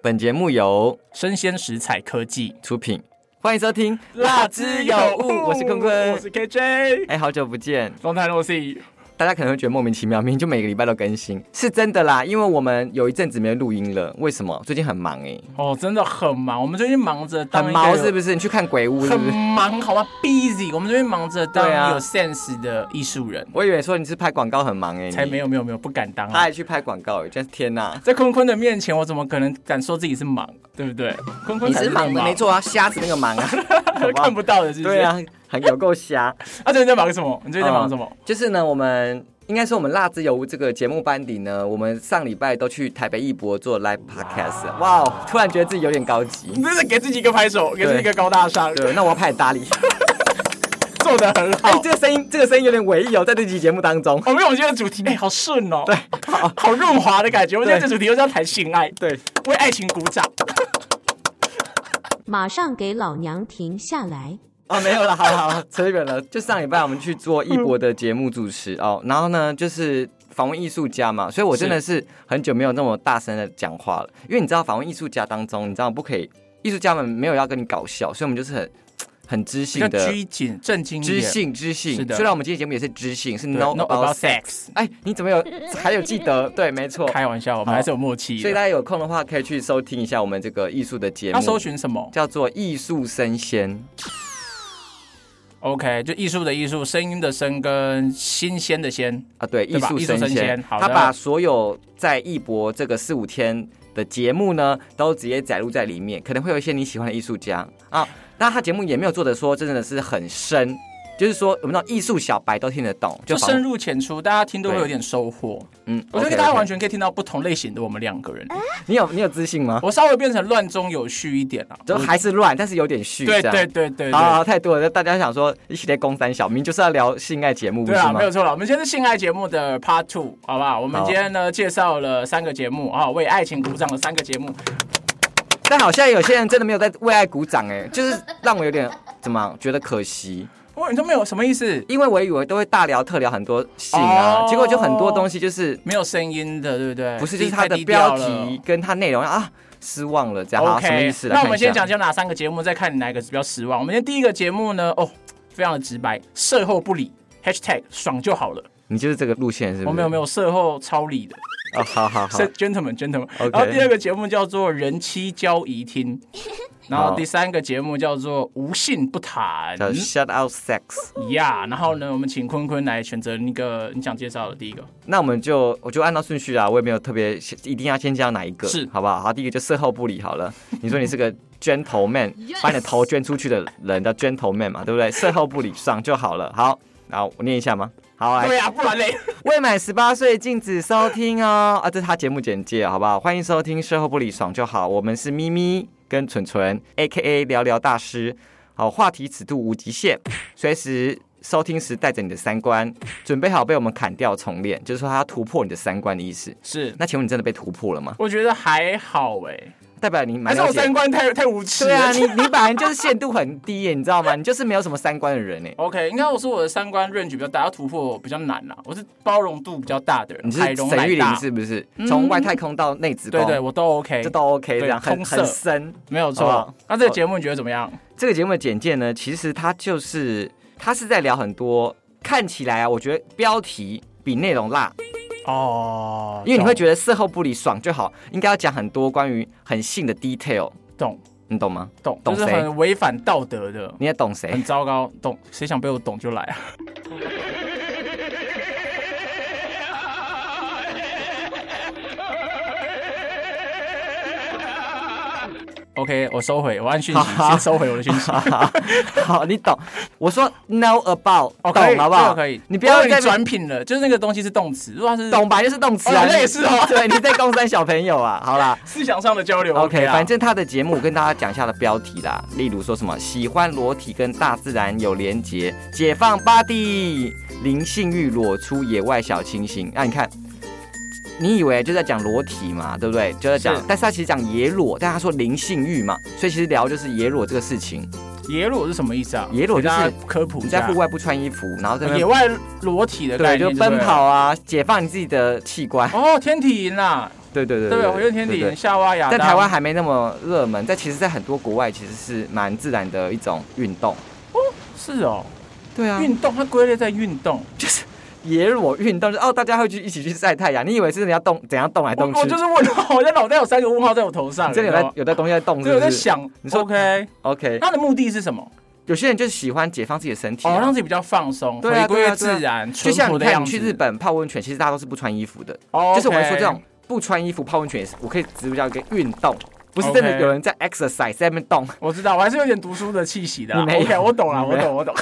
本节目由生鲜食材科技，出品，欢迎收听《我是坤我坤。是 KJ，哎，好久不见！龙潭罗 C，大家可能会觉得莫名其妙，明明就每个礼拜都更新，是真的啦。因为我们有一阵子没录音了，为什么？最近很忙哎、哦，真的很忙，我们最近忙着当很忙一个是不是？你去看鬼屋是很不是？忙，好吧，busy，我们最近忙着当对啊有 sense 的艺术人，我以为说你是拍广告很忙哎、才你没，有没有没有不敢当他啊。还去拍广告哎、真是天哪、在坤坤的面前，我怎么可能敢说自己是忙，对不对？坤坤你才是那个忙的没，错啊，瞎子那个忙 啊，好不好看不到的，是不是？对，啊，很有够瞎。啊，最近在忙什么？你最近在忙什么？嗯就是呢，我们应该说我们辣之有屋这个节目班底呢，我们上礼拜都去台北艺博做 live podcast，哇哦，突然觉得自己有点高级你。真的给自己一个拍手，给自己一个高大上， 对，那我要拍大力。做的很 哎、好。这个声音，这个声音有点诡异哦，在这期节目当中。 我们我们今天的主题，哎，好顺哦，对，好润滑的感觉。我们今天这主题就是要谈性爱，对，为爱情鼓掌。马上给老娘停下来！哦，没有了，好了好了，扯远了。就上礼拜我们去做艺博的节目主持 哦，然后呢，就是访问艺术家嘛，所以我真的是很久没有那么大声的讲话了，因为你知道访问艺术家当中，你知道不可以，艺术家们没有要跟你搞笑，所以我们就是很很知比性较的。拘谨、正经一点知性，知性。嗯是的虽然我们今天节目也是知性，是对 no ，no about about sex。 sex。哎，你怎么有还有记得？对，没错。开玩笑，我们好还是有默契所以大的。家有空的话，可以去收听一下我们这个艺术的节要搜目，寻什么叫做《艺术生鲜》。 ？OK，就艺术的艺术，声音的声跟新鲜的鲜。啊，对，艺对吧术艺术生生鲜鲜，好的他把所有在艺博这个四五天的节目呢，都直接载入在里面，可能会有一些你喜欢的艺术家啊。那他节目也没有做的说真的是很深，就是说我们那种艺术小白都听得懂，就仿深入浅出，大家听都会有点收获。嗯，我觉 OK，得大家 OK 完全可以听到不同类型的我们两个人。你有你有自信吗？我稍微变成乱中有序一点啊，就我还是乱，但是有点虚，对这样对对对好对。好太多了，大家想说一起在攻三小，明就是要聊性爱节目，不对是啊，吗没？有错了。我们今天是性爱节目的 Part Two，好不好？我们好今天呢介绍了三个节目啊，为爱情鼓掌的三个节目。但好像有些人真的没有在为爱鼓掌， 哎，就是让我有点怎么样觉得可惜，哇，你都没有什么意思？因为我以为都会大聊特聊很多性啊，哦结果就很多东西就是没有声音的，对不对？不是就是它太的低调标了题跟它内容啊失望了，这样好 OK，什么意思？那我们先讲一下就哪三个节目，再看你哪一个比较失望。我们今天第一个节目呢，哦，非常的直白，事后不理。hashtag 爽就好了，哦你就是这个路线是不是？我没有没有有事后超理的，哦，好好 好是，gentleman gentleman。 OK 然后第二个节目叫做人妻交易厅，然后第三个节目叫做无信不谈叫 shut out sex。呀。然后呢，我们请坤坤来选择那个你想介绍的第一个，那我们就我就按照顺序啊，我也没有特别一定要先讲哪一个，是好不好？好，第一个就事后不理好了。你说你是个 gentleman，把你的头捐出去的人叫 gentleman 嘛，对不对？事后不理上就好了。好，然后我念一下吗？好，来，对呀，不然 嘞，未满十八岁禁止收听哦。啊，这是他节目简介，好不好？欢迎收听《事后不理爽就好》，我们是咪咪跟蠢蠢，A K A 聊聊大师。好，话题尺度无极限，随时收听时带着你的三观，准备好被我们砍掉重练，就是说他要突破你的三观的意思。是，那请问你真的被突破了吗？我觉得还好哎，代表你蛮还是我了解三。观太太无耻 了。对 啊，你你本来就是限度很低耶，你知道吗？你就是没有什么三观的人哎。 OK，应该我说我的三观 range 比较大，要突破比较难啦。我是包容度比较大的人，你是海容沈乃玉大嗯玲，是不哦是？从外太空到内子宫，对对，我都 OK，这都 OK，这对样很通色很深。没有好不错好。那这个节目你觉得怎么样？这个节目的简介呢，其实它就是它是在聊很多看起来啊，我觉得标题比内容辣，哦因为你会觉得事后不理爽就好，应该要讲很多关于很性的 detail，懂你懂吗？懂，懂就是谁很违反道德的，你也懂谁很？糟糕。懂，谁想被我懂就来啊！OK，我收回，我按讯息好先收回我的讯息。 好，你懂。我说 know about，哦，可以懂好不这好？个可以，你不要我以为再你转品了，就是那个东西是动词，如果它是懂吧，就是动词啊。哦好像也是哦 对，你在高三小朋友啊。好啦，思想上的 交流啊 OK，啦反正他的节目我跟大家讲一下的标题啦，例如说什么喜欢裸体跟大自然有连结，解放 body，零性欲裸出野外小清新。那、你看，你以为就在讲裸体嘛，对不对？就在讲是，但是他其实讲野裸，但他说零性欲嘛，所以其实聊就是野裸这个事情。野裸是什么意思啊？野裸就是给大家科普你一在下呃户外不穿衣服，然后在那野边外裸体的概对，就念，奔。跑啊，解放你自己的器官。哦，天体营啦，啊对对对哦对不对？火焰天对对敌、夏娃、亚在当，台湾还没那么热门，在其实，在很多国外其实是蛮自然的一种运动。是哦，对啊，运动它归类在运动。就是野裸运动，就是哦，大家会去一起去晒太阳。你以为是人家动怎样动来我动去？我哦就是问号，我在脑袋有三个问号在我头上，你真的有你知道在吗有在东西在动，对，是我不在是想你说，OK， ？OK，它的目的是什么？有些人就是喜欢解放自己的身体啊、哦，让自己比较放松，对啊回对归啊对啊自然，就淳像朴你的看，样你子。去日本泡温泉，其实大家都是不穿衣服的。哦，就是我们说这 OK 种不穿衣服泡温泉也是，我可以植入叫一个运动，不是真的 OK 有人在 exercise 在那边动。我知道，我还是有点读书的气息的啦。你没有 OK，我懂了，你我没有懂，我懂。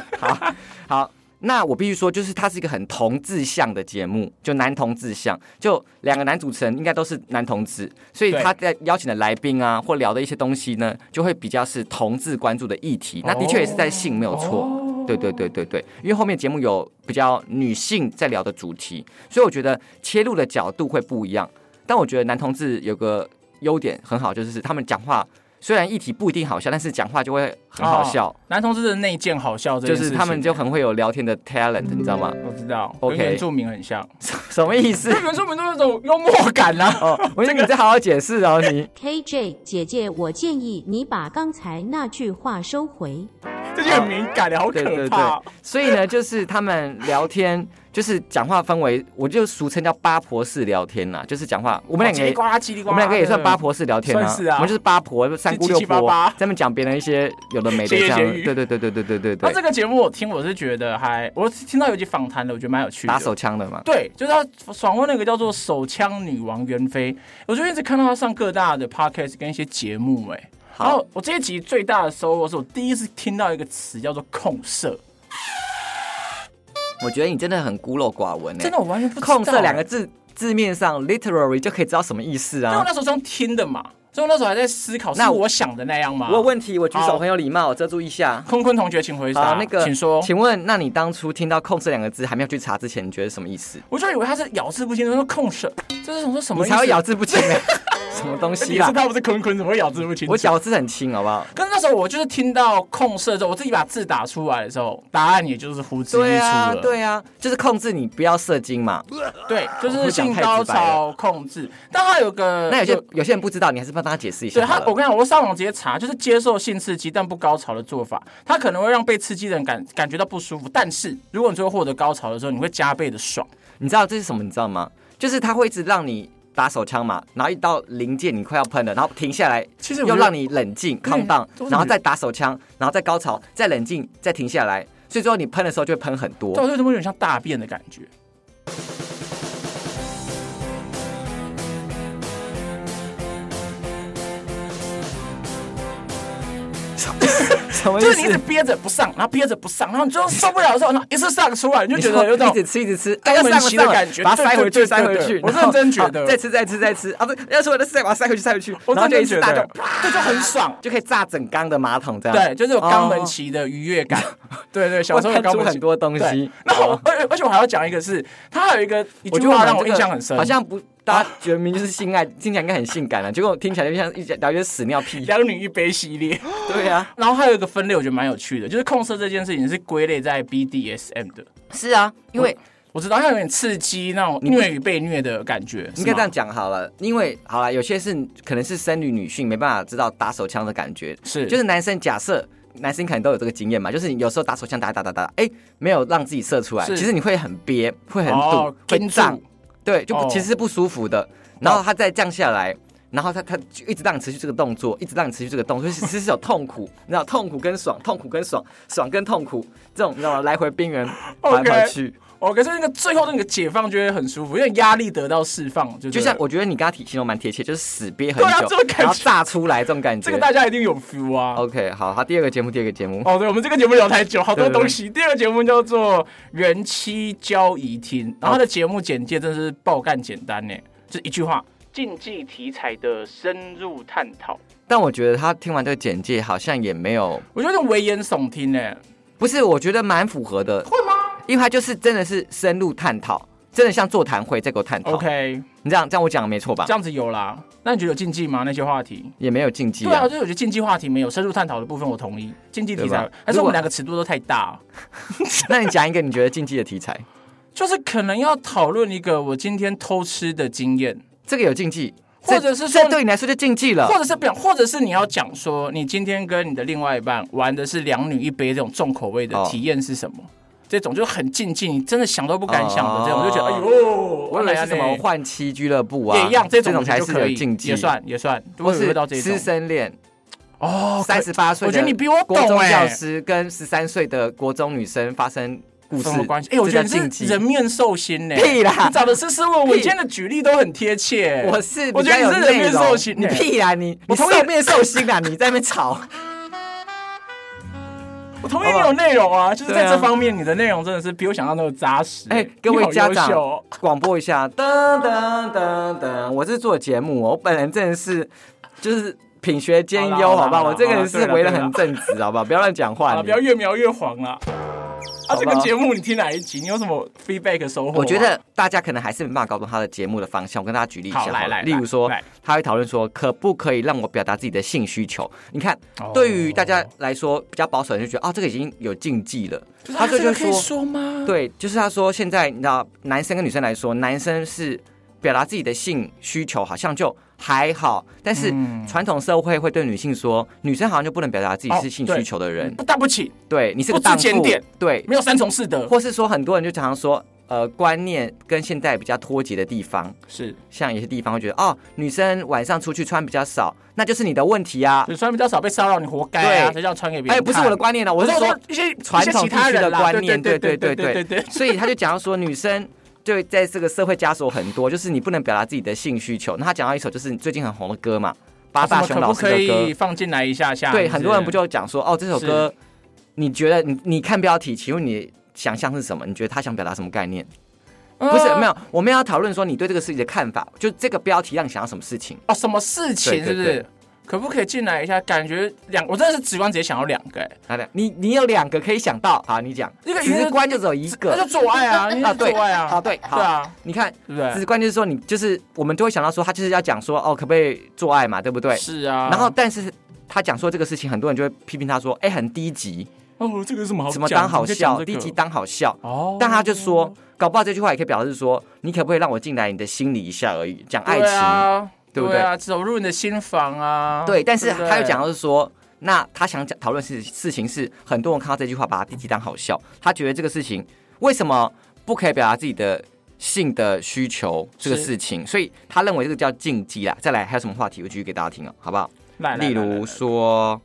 好，那我必须说，就是它是一个很同志向的节目，就男同志向，就两个男主持人应该都是男同志，所以对他在邀请的来宾啊，或聊的一些东西呢，就会比较是同志关注的议题。那的确也是在性没有错。哦对对对对对，因为后面节目有比较女性在聊的主题，所以我觉得切入的角度会不一样。但我觉得男同志有个优点很好，就是他们讲话虽然议题不一定好笑，但是讲话就会很好笑，男同志的内建好笑哦这就件事是情，他们就很会有聊天的 talent，你知道吗？我知道， OK 跟原住民很像，什么意思因？为原住民都有一种幽默感啊啦。哦，我觉得你再好好解释哦，你 KJ 姐姐，我建议你把刚才那句话收回。这就很敏感的，好对可对怕啊对。，所以呢，就是他们聊天，就是讲话氛围，我就俗称叫八婆式聊天啦，就是讲话，我我们两个叽也里呱啦，叽里呱我啦，们两个也算对八。婆式聊天啊，算是啊我们就是八婆，三姑六七七八婆八，他们讲别人一些有的没的这闲言样，闲语对对对对对对对那对，这个节目我听，我是觉得还，我听到有一集访谈的，我觉得蛮有趣的。打手枪的嘛，对，就是他访问那个叫做手枪女王袁飞，我就一直看到他上各大的 podcast 跟一些节目、哎，好然后我这一集最大的收获是我第一次听到一个词叫做控色，我觉得你真的很孤陋寡闻欸真的我完全不知道、控色两个哎，字字面上 literary 就可以知道什么意思因为我啊。那时候是用听的嘛，所以我那时候还在思考，是那我我想的那样吗？我有问题，我举手好很有礼貌，遮住一下。坤坤同学，请回答。呃好，那个，请说。请问，那你当初听到“控色”两个字还没有去查之前，你觉得什么意思？我就以为他是咬字不清，他说控色，这是什么什你么意思？才会咬字不清 欸什么东西你 是啦？他不是坤坤，怎么会咬字不清？我咬字很轻，好不好？可是那时候我就是听到控色之后，我自己把字打出来的时候，答案也就是呼之欲出对啊，了。对啊，就是控制你不要射精嘛。对就是性高潮控制。但它有个那有些有些人不知道，你还是帮他解释一对下好他，了。我跟你讲，我上网直接查，就是接受性刺激但不高潮的做法，它可能会让被刺激的人感感觉到不舒服，但是如果你最后获得高潮的时候，你会加倍的爽。你知道这是什么？你知道吗？就是他会一直让你打手枪嘛，然后一到临界你快要喷了，然后停下来，其实我又觉得嗯让你冷静对 calm down，都是然后再打手枪，然后再高潮，再冷静，再停下来。所以最后你喷的时候就会喷很对，多。我就有点像大便的感觉。 什么意就是你一直思？憋着不上，然后憋着不上，然后你最后受不了的时候，然后一次上出来，你就觉得有你说种一直吃一直吃，肛哎，要门上了期的上了感觉把它塞回去对对对塞回对去。对我然后认真觉得好再吃再吃再吃啊！不，要是我的塞，把它塞回去塞回去。我然后真就的一觉直大得就这就很爽。就可以炸整缸的马桶这样。对，就是有肛门哦期的愉悦感。对对，小时候有会喷肛出门期很多东西哦对然后，而而且我还要讲一个是，他还有一个一我句觉得话们让我这印个象很深，好像不，大家觉得明明就是性爱，听起来应该很性感啊，结果听起来就像一聊一些屎尿屁。两女一杯系列。对啊，然后还有一个分类，我觉得蛮有趣的，就是控色这件事情是归类在 BDSM 的。是啊，因为我知道它有点刺激那种虐与被虐的感觉，应该这样是吗讲好了，因为好了，有些是可能是生理女性没办法知道打手枪的感觉，是就是男生假设。男生可能都有这个经验嘛，就是你有时候打手枪打打打打，哎、没有让自己射出来，是其实你会很憋，会很堵，哦会盯住胀，对，就不、哦其实是不舒服的。然后他再降下来，然后他他就一直让你持续这个动作，一直让你持续这个动 作，其实是有痛苦，你知道痛苦跟爽，痛苦跟爽，爽跟痛苦这种，你知道吗？来回 边缘跑来跑去。哦，可是那个最后那个解放就会很舒服，因为压力得到释放，就就就像我觉得你刚刚提形容蛮贴切，就是死憋很对啊久，这种感觉然后炸出来这种感觉。这个大家一定有 feel 啊。 OK，好，好，第二个节目，第二个节目，哦，对，我们这个节目聊太久，好多对对对东西。第二个节目叫做《人妻交易厅》，然后它的节目简介真是爆干简单呢，就一句话：竞技题材的深入探讨。但我觉得他听完这个简介，好像也没有，我觉得有点危言耸听呢。不是，我觉得蛮符合的，会吗？因为他就是真的是深入探讨，真的像座谈会在给我探讨。 OK，你这样这样我讲的没错吧这？样子有啦。那你觉得有禁忌吗？那些话题？也没有禁忌对啊，就是我觉得禁忌话题没有深入探讨的部分，我同意。禁忌题对材吧，还是如我果们两个尺度都太大、那你讲一个你觉得禁忌的题材，就是可能要讨论一个我今天偷吃的经验。这个有禁忌，或者是说这对你来说就禁忌了或。者是不想，或者是你要讲说，你今天跟你的另外一半玩的是两女一杯这种重口味的哦体验是什么？这种就很禁忌，你真的想都不敢想的这种，哦就觉得哎呦，我以为是什么哎呀换妻俱乐部啊，也一样，这这种才就是可有以禁忌，也算也算，或我有没是有到这一种师生恋。哦，可以三十八岁，我觉得你比我懂国中欸教师跟十三岁的国中女生发生故事什么关系？哎，我觉得这叫禁你是忌人面兽心呢，屁啦你找的是斯文，我屁今天的举例都很贴切。我是我比觉较得你有是人内面容兽心，你！屁啦你！你我同同意意面兽心啊！你在那边 吵，我同意你有内容啊，就是对在啊这方面，你的内容真的是比我想象中的扎实。哎，各你位好家优长秀哦广播一下，噔噔噔噔，我是做节目哦，我本人真的是就是品学兼好啦好优，啦好不好？好啦我这个人是好啦为对啦人很正直，好不好？不要乱讲好话了，，不要你越描越黄了。啊，好这吧个节目你听哪一集？你有什么 feedback 收获吗？我觉得大家可能还是没办法搞懂他的节目的方向。我跟大家举例一下好好来了，来，啊例如说来他会讨论说，可不可以让我表达自己的性需求？你看，哦对于大家来说比较保守的人就觉得啊，这个已经有禁忌了。就是他他这这就个可以说，说吗？，对，就是他说现在你知道，男生跟女生来说，男生是表达自己的性需求好像就还好，但是嗯传统社会会对女性说，女生好像就不能表达自己是性需求的人，不大不起，对你是个哦不知荡检妇点，对，没有三从四德，或是说很多人就常常说，呃，观念跟现在比较脱节的地方。是像有些地方会觉得哦，女生晚上出去穿比较少，那就是你的问题啊。你穿比较少被骚扰，你活该啊！对谁叫传给别人？哎，不是我的，观念呢、啊，我我是是说说一些传一些统其地他区人的啦观念，对对对对对对。 所以他就讲到说，女生就在这个社会枷锁很多，就是你不能表达自己的性需求。那他讲到一首就是最近很红的歌嘛，八大什雄么可老不师可的以歌，放进来一下下？对，很多人不就讲说哦，这首歌你觉得你你看标题，请问你想象是什么？你觉得他想表达什么概念？不不是，没有有，我们要讨论说你对这个事情的看法，就这个标题让你想到什么事情？哦，什么事情对是对不对是？可不可以进来一下？感觉两，我真的是直观直接想要两个，哎好的，你你有两个可以想到，好，你讲，一个直观就只有一那就个，做爱啊，你 啊是对做爱啊，啊对好对啊，你看。对不对？直观就是说，你就是我们就会想到说，他就是要讲说，哦，可不可以做爱嘛，对不对？是啊。然后，但是他讲说这个事情，很多人就会批评他说，哎，很低级，哦，这个有什么好什讲么当好笑，怎么可以低讲这级个当好笑。哦但他就说，搞不好这句话也可以表示说，你可不可以让我进来你的心里一下而已，讲爱对情，啊，对不对对啊，走入你的心房啊。对。但是不他又讲到是说。那他想讲讨论事事情是，很多人看到这句话把它低级当好笑，他觉得这个事情为什么不可以表达自己的性的需求这个是事情，所以他认为这个叫禁忌啦。再来还有什么话题，我继续给大家听啊，好不好？来来例来来如来说，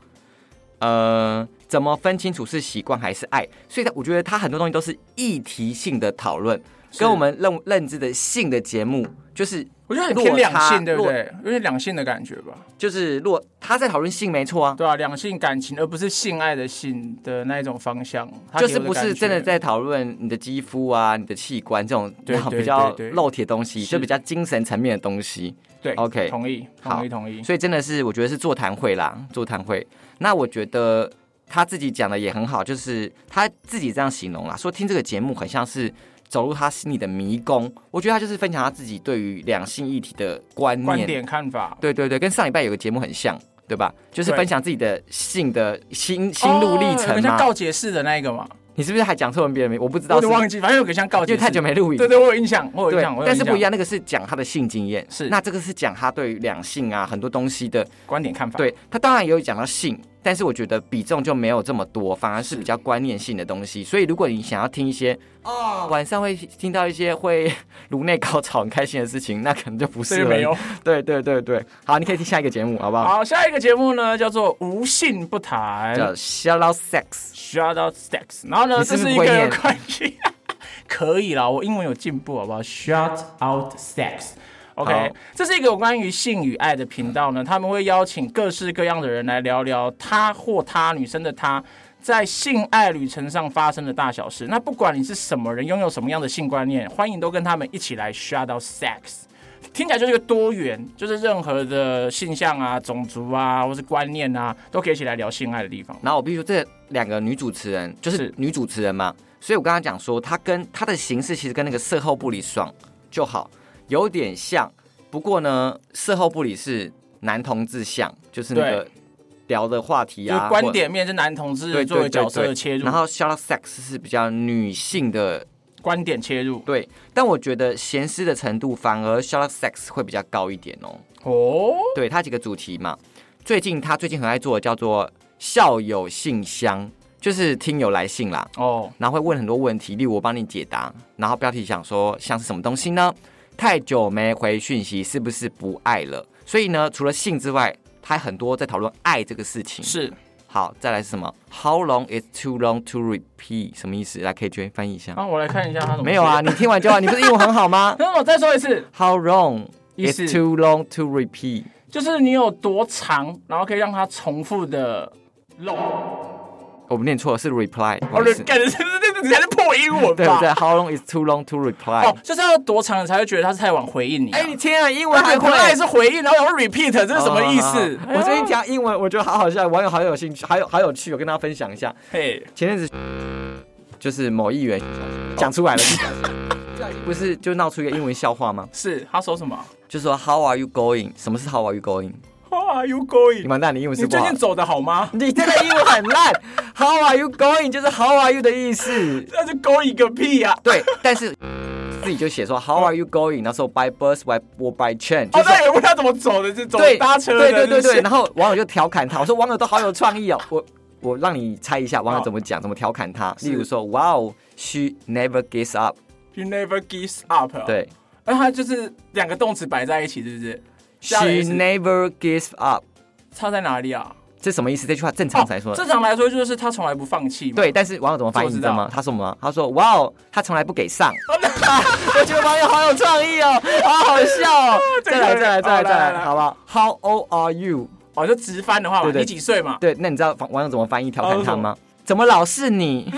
呃，怎么分清楚是习惯还是爱？所以，他我觉得他很多东西都是议题性的讨论，是跟我们认认知的性的节目，就是我觉得很偏两落差性，对不对？有点两性的感觉吧？就是若他在讨论性没错啊，对啊，两性感情，而不是性爱的性的那一种方向，他就给是我的不是感觉真的在讨论你的肌肤啊、你的器官这种对对比较对对肉体的东西，是就比较精神层面的东西。对 OK 同意，好同意，同意。所以真的是我觉得是座谈会啦，座谈会。那我觉得他自己讲的也很好，就是他自己这样形容啦，说听这个节目很像是走入他心里的迷宫。我觉得他就是分享他自己对于两性议题的观念，观点看法，对对对，跟上礼拜有个节目很像，对吧？就是对分享自己的性的心心路历哦有个程像嘛。告解式的那一个嘛，你是不是还讲错别人名？我不知我道有是，点忘记，反正有个像告因解为式，太久没录影对。对，我有印象，我有印对象，我，有但印是象不一样，那个是讲他的性经验，是那这个是讲他对于两性啊很多东西的观点看法，对他当然也有讲到性，但是我觉得比重就没有这么多，反而是比较观念性的东西。所以如果你想要听一些哦晚上会听到一些会颅内高潮很开心的事情，那可能就不这适就合。没有。。对对对对，好，你可以听下一个节目，好不好？好，下一个节目呢叫做无性不谈叫 Shout Out Sex。 （Shout Out Sex），然后呢，你是不这是是一不会个有念关于 可以啦，我英文有进步，好不好？Shout Out Sex。好 OK，这是一个有关于性与爱的频道呢，他们会邀请各式各样的人来聊聊他或他女生的他在性爱旅程上发生的大小事。那不管你是什么人，拥有什么样的性观念，欢迎都跟他们一起来 shout out sex。听起来就是一个多元，就是任何的性向啊、种族啊，或是观念啊，都可以一起来聊性爱的地方。然后我必须说，这两个女主持人就是是女主持人嘛，所以我刚刚讲说，她跟她的形式其实跟那个事后不理爽就好有点像，不过呢，事后不理是男同志向，就是那个聊的话题就是啊，观点面是男同志或对作为对对角色对的切入，然后 shout out sex 是比较女性的。观点切入对，但我觉得闲适的程度反而 shout out sex 会比较高一点哦。哦，对他几个主题嘛，最近他最近很爱做的叫做校友信箱，就是听友来信啦，哦，然后会问很多问题，例如我帮你解答，然后标题想说像是什么东西呢？太久没回讯息，是不是不爱了？所以呢，除了性之外，他很多在讨论爱这个事情。是好，再来是什么？How long is too long to repeat？什么意思？来，KJ 翻译一下。啊，我来看一下他怎么没有啊，写。你听完就好，你不是英文很好吗那我再说一次， ？How long 意 is 思 too long to repeat？就是你有多长，然后可以让它重复的漏。哦，我们念错了，是 reply，不好意对思，感觉是那哦个你还是破英文吧？ 对不对？How long is too long to reply？哦，就是要多长你才会觉得它是太晚回应你、啊？哎，你天啊，英文那还你会回来是回应，然后我 repeat，这是什么意思？哦好好哎好我最近讲英文，我觉得好好笑，网友好有兴趣，还有好有趣，我跟大家分享一下。嘿，前阵子 就是某议员讲出来 了，不是就闹出一个英文笑话吗？是他说什么就说 How are you going？什么是 How are you going？ ？How are you 你 going？完蛋，你英文你是不最好近。走的好吗？你这个英文很烂 ，How are you going？就是 How are you 的意思。那是 going 个屁呀、啊！对，但是自己就写说 How are you going？那时候 by bus by or by train，就哦，是那也问他怎么走的，是走对搭车的，对对对是不对。是然后网友就调侃他，我说网友都好有创意哦。我我让你猜一下网友怎么讲，怎么调侃他。是例如说，Wow，she never gives up。 You never gives up、哦。，对然后他就是两个动词摆在一起，是不是？下一，she 个是 never gives up，差在哪里啊？这什么意思？这句话正常才说哦。正常来说就是他从来不放弃嘛。对，但是网友怎么翻译你知道我吗知？他说什么？他说：“哇哦，他从来不给上。” 我觉得网友好有创意哦，好好笑哦！ 这个再来，再来，哦再来，来再来来来，好不好？How old are you？哦，就直翻的话嘛，对对你几岁嘛？对，那你知道网友怎么翻译调哦侃他吗？怎么老是你？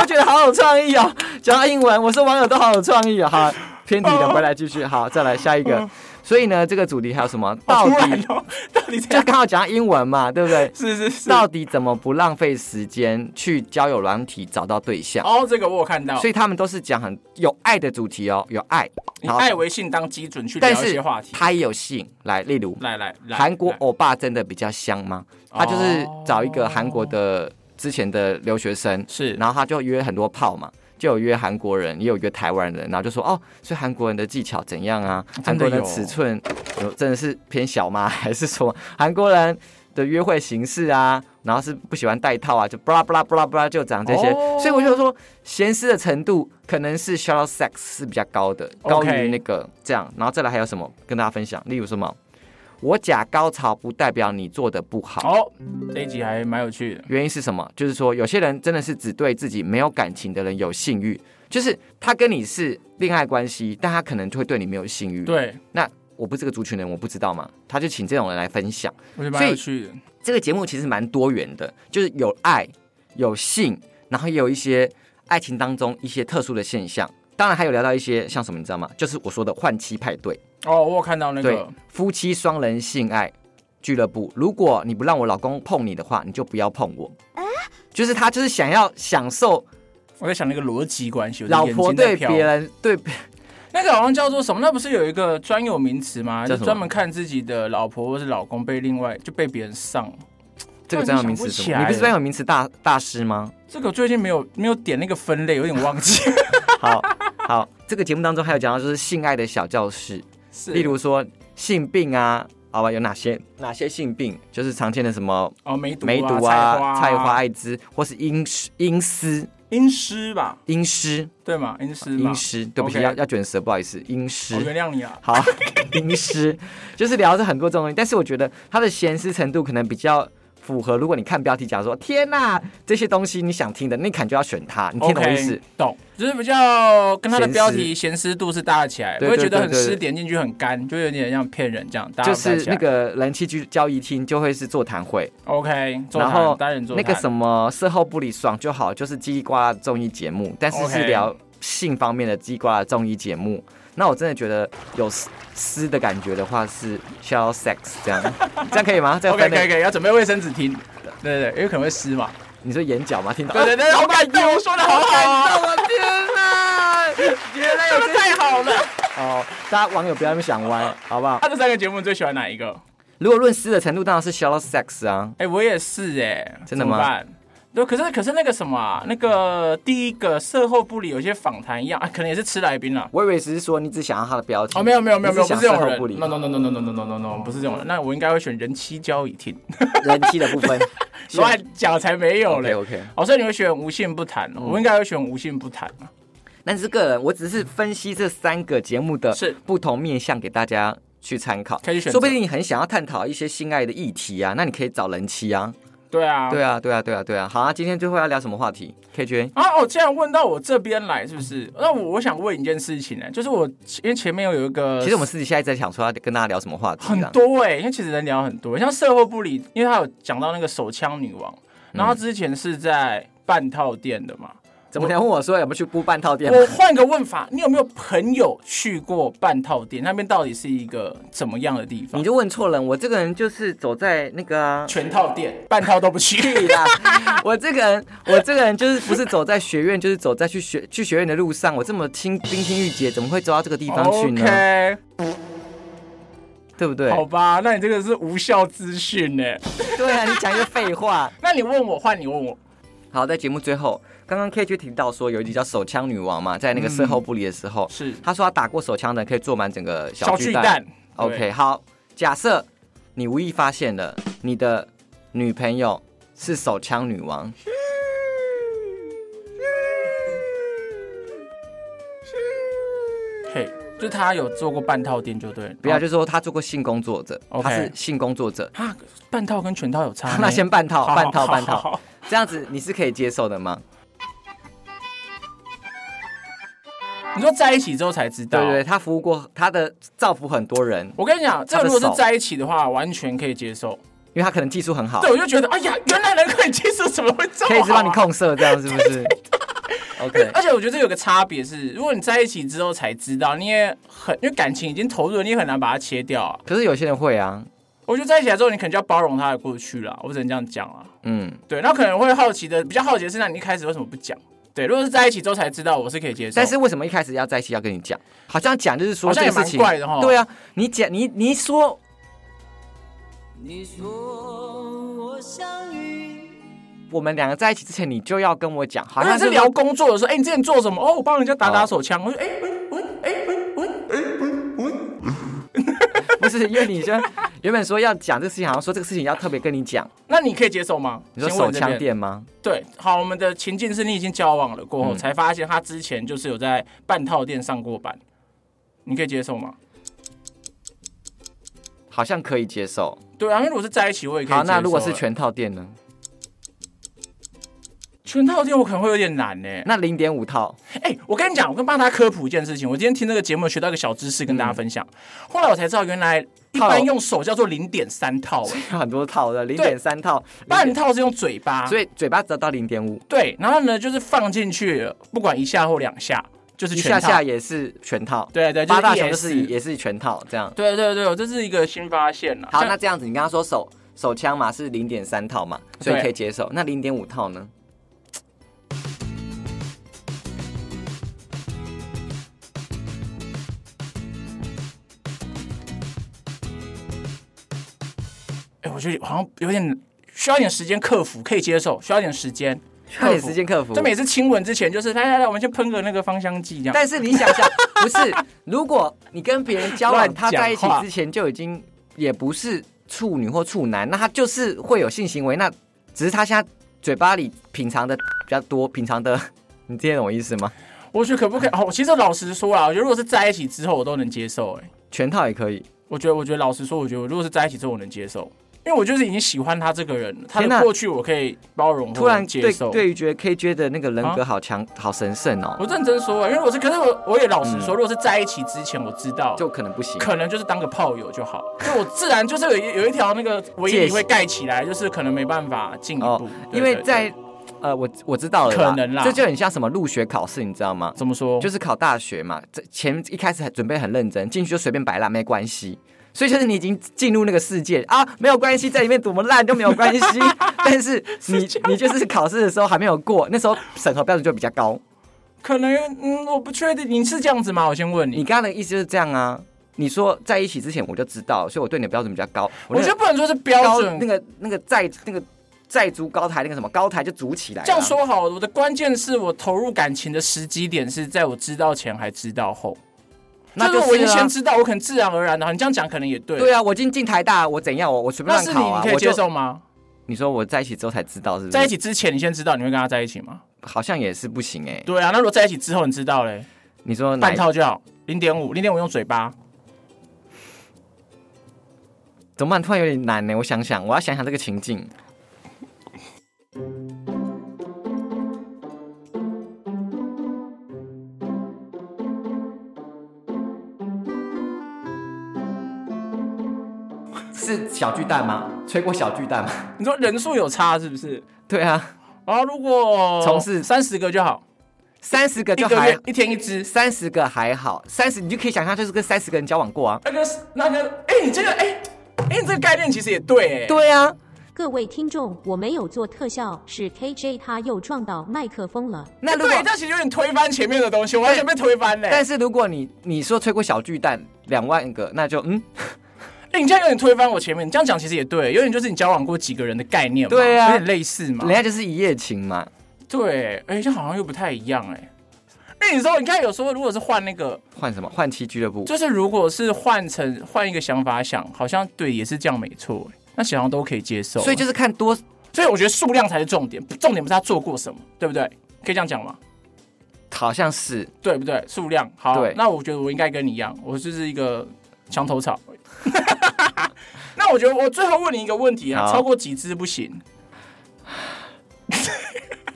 我觉得好有创意哦！讲到英文，我说网友都好有创意哦。好，偏题了，回来继续。好，再来下一个。所以呢，这个主题还有什么？到好突然底嗯哦，到底这就样？刚好 讲到英文嘛，对不对？ 是是是。到底怎么不浪费时间去交友软体找到对象？哦，这个我有看到。所以他们都是讲很有爱的主题哦，有爱，以好爱为性当基准去聊但一些是话题。他也有性。来，例如来来来，韩国来欧巴真的比较香吗？他就是找一个韩国的之前的留学生，哦是然后他就约很多炮嘛，就有约韩国人，也有约台湾人，然后就说哦，所以韩国人的技巧怎样啊？哦真韩的国有人的尺寸有真的是偏小吗？ 还是说韩国人的约会形式啊？然后是不喜欢戴套啊，就巴拉巴拉巴拉巴拉就讲这些，哦所以我就说闲适的程度可能是 shallow sex 是比较高的，高 OK 于那个这样。然后再来还有什么跟大家分享？例如什么，我假高潮不代表你做的不好。哦，这一集还蛮有趣的。原因是什么？就是说，有些人真的是只对自己没有感情的人有性欲，就是他跟你是恋爱关系，但他可能就会对你没有性欲。，对，那我不是这个族群人，我不知道嘛，他就请这种人来分享。我觉得蛮有趣的。这个节目其实蛮多元的，就是有爱、有性，然后也有一些爱情当中一些特殊的现象。当然还有聊到一些像什么，你知道吗？就是我说的换妻派对，哦，我有看到那对个，夫妻双人性爱俱乐部。如果你不让我老公碰你的话，你就不要碰我。就是他就是想要享受我在想那个逻辑关系。我的老眼婆睛在对飘别人对别那个好像叫做什么？那不是有一个专有名词吗？叫就什么专门看自己的老婆或是老公被另外就被别人上。这个专有名词是什么？哦突然想不起来你不是专有名词大大师 吗？这个我最近没有没有点那个分类，有点忘 记。好好，这个节目当中还有讲到就是性爱的小教室，是例如说性病啊，好吧，有哪些哪些性病？就是常见的什么哦，梅毒、梅毒啊、啊、菜菜花花、啊、艾滋，或是阴湿阴丝、阴湿吧？阴湿、对吗？阴湿吧阴。湿，对不起， OK 要要卷舌，不好意思，阴湿。我原谅你啊。好， 阴湿就是聊着很多这种东西，但是我觉得它的闲适程度可能比较符合。如果你看标题讲说“天呐，这些东西你想听的，那你可能就要选它，你听懂我意思 OK，懂，就是比较跟它的咸湿标题咸湿度是搭得起来，不对会觉得对很对对湿，点进去很干，就有点像骗人这样，搭不就太是起来。那个人气居交易厅就会是座谈会， OK，座然谈后单人座那个谈什么事后不理爽就好，就是叽里呱啦的综艺节目，但是 OK 是聊性方面的叽里呱啦的综艺节目。那我真的觉得有湿湿的感觉的话是 shell sex 这样，这样可以吗？这样 OK 分可类以可以，要准备卫生纸听，对对对，因为可能会湿嘛。你说眼角吗？听到？ 对对对，好感动，说的好感动，我啊天哪！原来说的太好了。哦，大家网友不要那么想歪，好不好 他？这三个节目你最喜欢哪一个？如果论诗的程度，当然是 shallow sex 啊。哎，我也是哎，真的怎吗么办？对，可是可是那个什么啊，那个第一个售后部里有些访谈一样啊，可能也是吃来宾啦。我以为只是说你只想要他的标题哦，没有没有没有没有，不你是只这想种事后人不理，no no no no no no no no no no，不是这种人。那我应该会选人妻交椅 听，人气的部分。 乱讲才没有 OK 嘞。 OK，哦，所以你会选无信不谈，哦我应该会选无信不谈。啊那是个人，我只是分析这三个节目的是不同面向给大家去参考，可以选择说不定你很想要探讨一些性爱的议题啊，那你可以找人妻啊。对啊，对啊，对啊，对啊，对啊。好啊，今天最后要聊什么话题？K 君，啊哦，既然问到我这边来，是不是？那我我想问一件事情呢、就是我因为前面有一个，其实我们私底下一直在想说要跟大家聊什么话题啊很啦。多哎、因为其实人聊很多，像售后部里，因为他有讲到那个手枪女王，然嗯后她之前是在半套店的嘛。怎么能问我说有没有去布半套店吗？我换个问法，你有没有朋友去过半套店？那边到底是一个怎么样的地 方你？就问错人，我这个人就是走在那个、啊。 全套店，半套都不去。屁啦！我这个人，我这个人就是不是走在学院，就是走在去学去学院的路上。我这么清冰清玉洁，怎么会走到这个地方去呢 OK，对不对？好吧，那你这个是无效资讯呢。对啊，你讲一个废话。那你问我，换你问我，好，在节目最后，刚刚 K 就提到说有一集叫《手枪女王》嘛，在那个事后部里的时候，是他说他打过手枪的可以坐满整个嗯小巨巨蛋。 OK，好，假设你无意发现了你的女朋友是手枪女王，嘿，就他有做过半套店，就对了。不要就就说她做过性工作者， OK 她是性工作者，啊，半套跟全套有差呢。那先半套，好半套，半。好好套，好这样子你是可以接受的吗？你说在一起之后才知道。对对对，她服务过，她的造福很多人，我跟你讲，这他个的如果是手在一起的话，完全可以接受。因为她可能技术很好对，，我就觉得，哎呀，原来人可以接受，怎么会这么可以好知啊道你控色，这样是不是 ？OK，而且我觉得这有个差别是，如果你在一起之后才知道，你也很因为感情已经投入了，你也很难把它切掉啊。可是有些人会啊，我觉得在一起来之后，你可能就要包容他的过去了，我只能这样讲啊。嗯，对，那可能会好奇的，比较好奇的是，那你一开始为什么不讲？对，如果是在一起之后才知道，我是可以接受。但是为什么一开始要在一起要跟你讲？好像讲就是说好像这也个事情，蛮怪的齁对啊，你讲你你说你说我像云，我们两个在一起之前，你就要跟我讲，好好像像是就聊工作的时候，哎、你之前做什么？哦，我帮人家打打手枪。我说，哎、喂喂哎喂喂不是，因为你就 原本说要讲这个事情，好像说这个事情要特别跟你讲。那你可以接受吗？你说先问手这枪边店吗？对，好，我们的情境是你已经交往了嗯过后，才发现他之前就是有在半套店上过班，你可以接受吗？好像可以接受。对啊，因为如果是在一起，我也可以好，接受了。啊那如果是全套店呢？全套店，我可能会有点难呢、那零点五套， 哎、我跟你讲，我跟帮大家科普一件事情，我今天听这个节目学到一个小知识，跟大家分享。后来我才知道，原来一嗯套般用手叫做零点三套、哎有很多套的，零点三套，半半，套是用嘴巴，所以嘴巴只要到零点五，对，然后呢就是放进去，不管一下或两下，就是一全套。下下也是全套。对对，就八是大熊 ES 就是也是全套这样。对对对，这是一个新发现了。好，像那这样子，你刚刚说手手枪嘛是零点三套嘛，所以对可以接受。那零点五套呢？哎、我觉得好像有点需要一点时间克服，可以接受，需要一点时间，快 点时间克服克服。。就每次亲吻之前，就是来来来，我们先喷个那个芳香剂，这样。 但是你想 想，不是，如果你跟别人交乱往，讲话他在一起之前就已经也不是处女或处男，那他就是会有性行为，那只是他现在嘴巴里品尝的比较多，品尝的，你听得懂我意思吗？我觉得可不可以？哦，其实老实说啊，我觉得如果是在一起之后，我都能接受、哎，全套也可以。我觉得，我觉得老实说，我觉得我如果是在一起之后，我能接受，因为我就是已经喜欢他这个人了，他天哪的过去我可以包容，突然接对受。啊对于觉得 K J 的那个人格好强、好神圣哦，我认真说、啊因为我是，可是我我也老实说，如果是在一起之前，我知道嗯就可能不行。可能就是当个炮友就好，就我自然就是有一有一条那个围界篱限会盖起来，就是可能没办法进一步，哦对因为对在对呃，我我知道了，可能啦这就很像什么入学考试，你知道吗？怎么说，就是考大学嘛，这前一开始还准备很认真，进去就随便摆烂没关系。所以就是你已经进入那个世界啊，没有关系，在里面多么烂都没有关 系。但是你你就是考试的时候还没有过，那时候审核标准就比较高。可能嗯，我不确定你是这样子吗？我先问你你，刚刚的意思就是这样啊？你说在一起之前我就知道，所以我对你的标准比较高。我那觉个得不能说是高标准那，个那个在那个再筑高台那个什么高台就筑起来了。啊这样说好，我的关键是我投入感情的时机点是在我知道前还知道后。那就是我已经啊先知道，我可能自然而然的。你这样讲可能也对。对啊，我进进台大，我怎样，我我随便那乱是你，考你啊，可以我就嗯接受吗？你说我在一起之后才知道是不是？在一起之前，你先知道你会跟他在一起吗？好像也是不行哎、对啊，那如果在一起之后你知道嘞，你说哪半？套就好，零点五，零点五用嘴巴。怎么办？突然有点难欸呢、我想想，我要想想这个情境。是小巨蛋吗？吹过小巨蛋吗？你说人数有差是不是？对啊，然后如果从事三十个就好，三十个一就个还月一天一只。三十个还好，三十你就可以想象，就是跟三十个人交往过啊。那个那个，哎，你这个哎哎，你这个概念其实也对哎。对啊，各位听众，我没有做特效，是 KJ 他又撞到麦克风了。那如果哎对，这其实有点推翻前面的东西，我完全被推翻嘞。但是如果你你说吹过小巨蛋两万个，那就嗯，哎、你这样有点推翻我前面，你这样讲其实也对，有点就是你交往过几个人的概念嘛，对啊有点类似嘛人。家就是一夜情嘛。对，哎、这好像又不太一样哎、那你说，你看，有时候如果是换那个，换什么？换妻俱乐部？就是如果是换成换一个想法想，好像对，也是这样没错、哎那想像都可以接受。啊所以，就是看多所以我觉得数量才是重点，重点不是他做过什么，对不对？可以这样讲吗？好像是对不对？数量好啊对，那我觉得我应该跟你一样，我就是一个墙头草。欸 那我觉得我最后问你一个问题啊，好超过几只不行？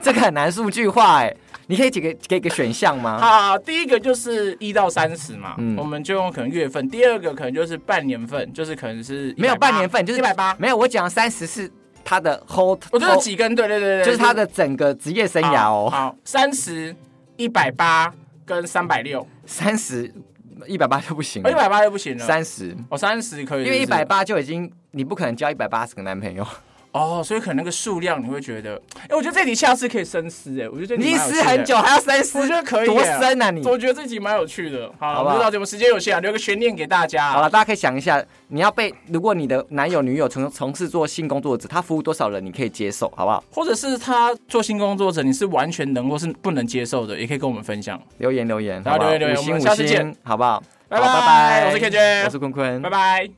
这个很难数据化哎、 你可以给个给个选项吗？好，第一个就是一到三十嘛，嗯我们就用可能月份。第二个可能就是半年份，就是可能是180没有半年份，就是嗯一百八。没有，我讲三十是他的 whole，我这是几啊根？对对对对，就是他的整个职业生好涯哦。好，三十、一百八跟三百六，哦三十一百八就不行一了，百八就不行了。嗯三十，哦，三十可以，因为是一不是百八就已经你不可能交一百八十个男朋友，哦，所以可能那个数量你会觉得，哎、我觉得这题下次可以深思，哎，我觉得这你题已经蛮有趣撕的很久，，还要三十，我觉得可以耶，欸多深啊你！我觉得这题蛮有趣的。好了，好我不好们就到这，我们时间有限啊，留个悬念给大家。好了，，大家可以想一下，你要被如果你的男友女友从从事做性工作者，他服务多少人，你可以接受，好不好？或者是他做新工作者，你是完全能够是不能接受的，也可以跟我们分享。留言留言，好好不好留言留言五星我们五下次见星，好不好？拜好拜拜拜，我是 KJ 我是坤坤，拜拜。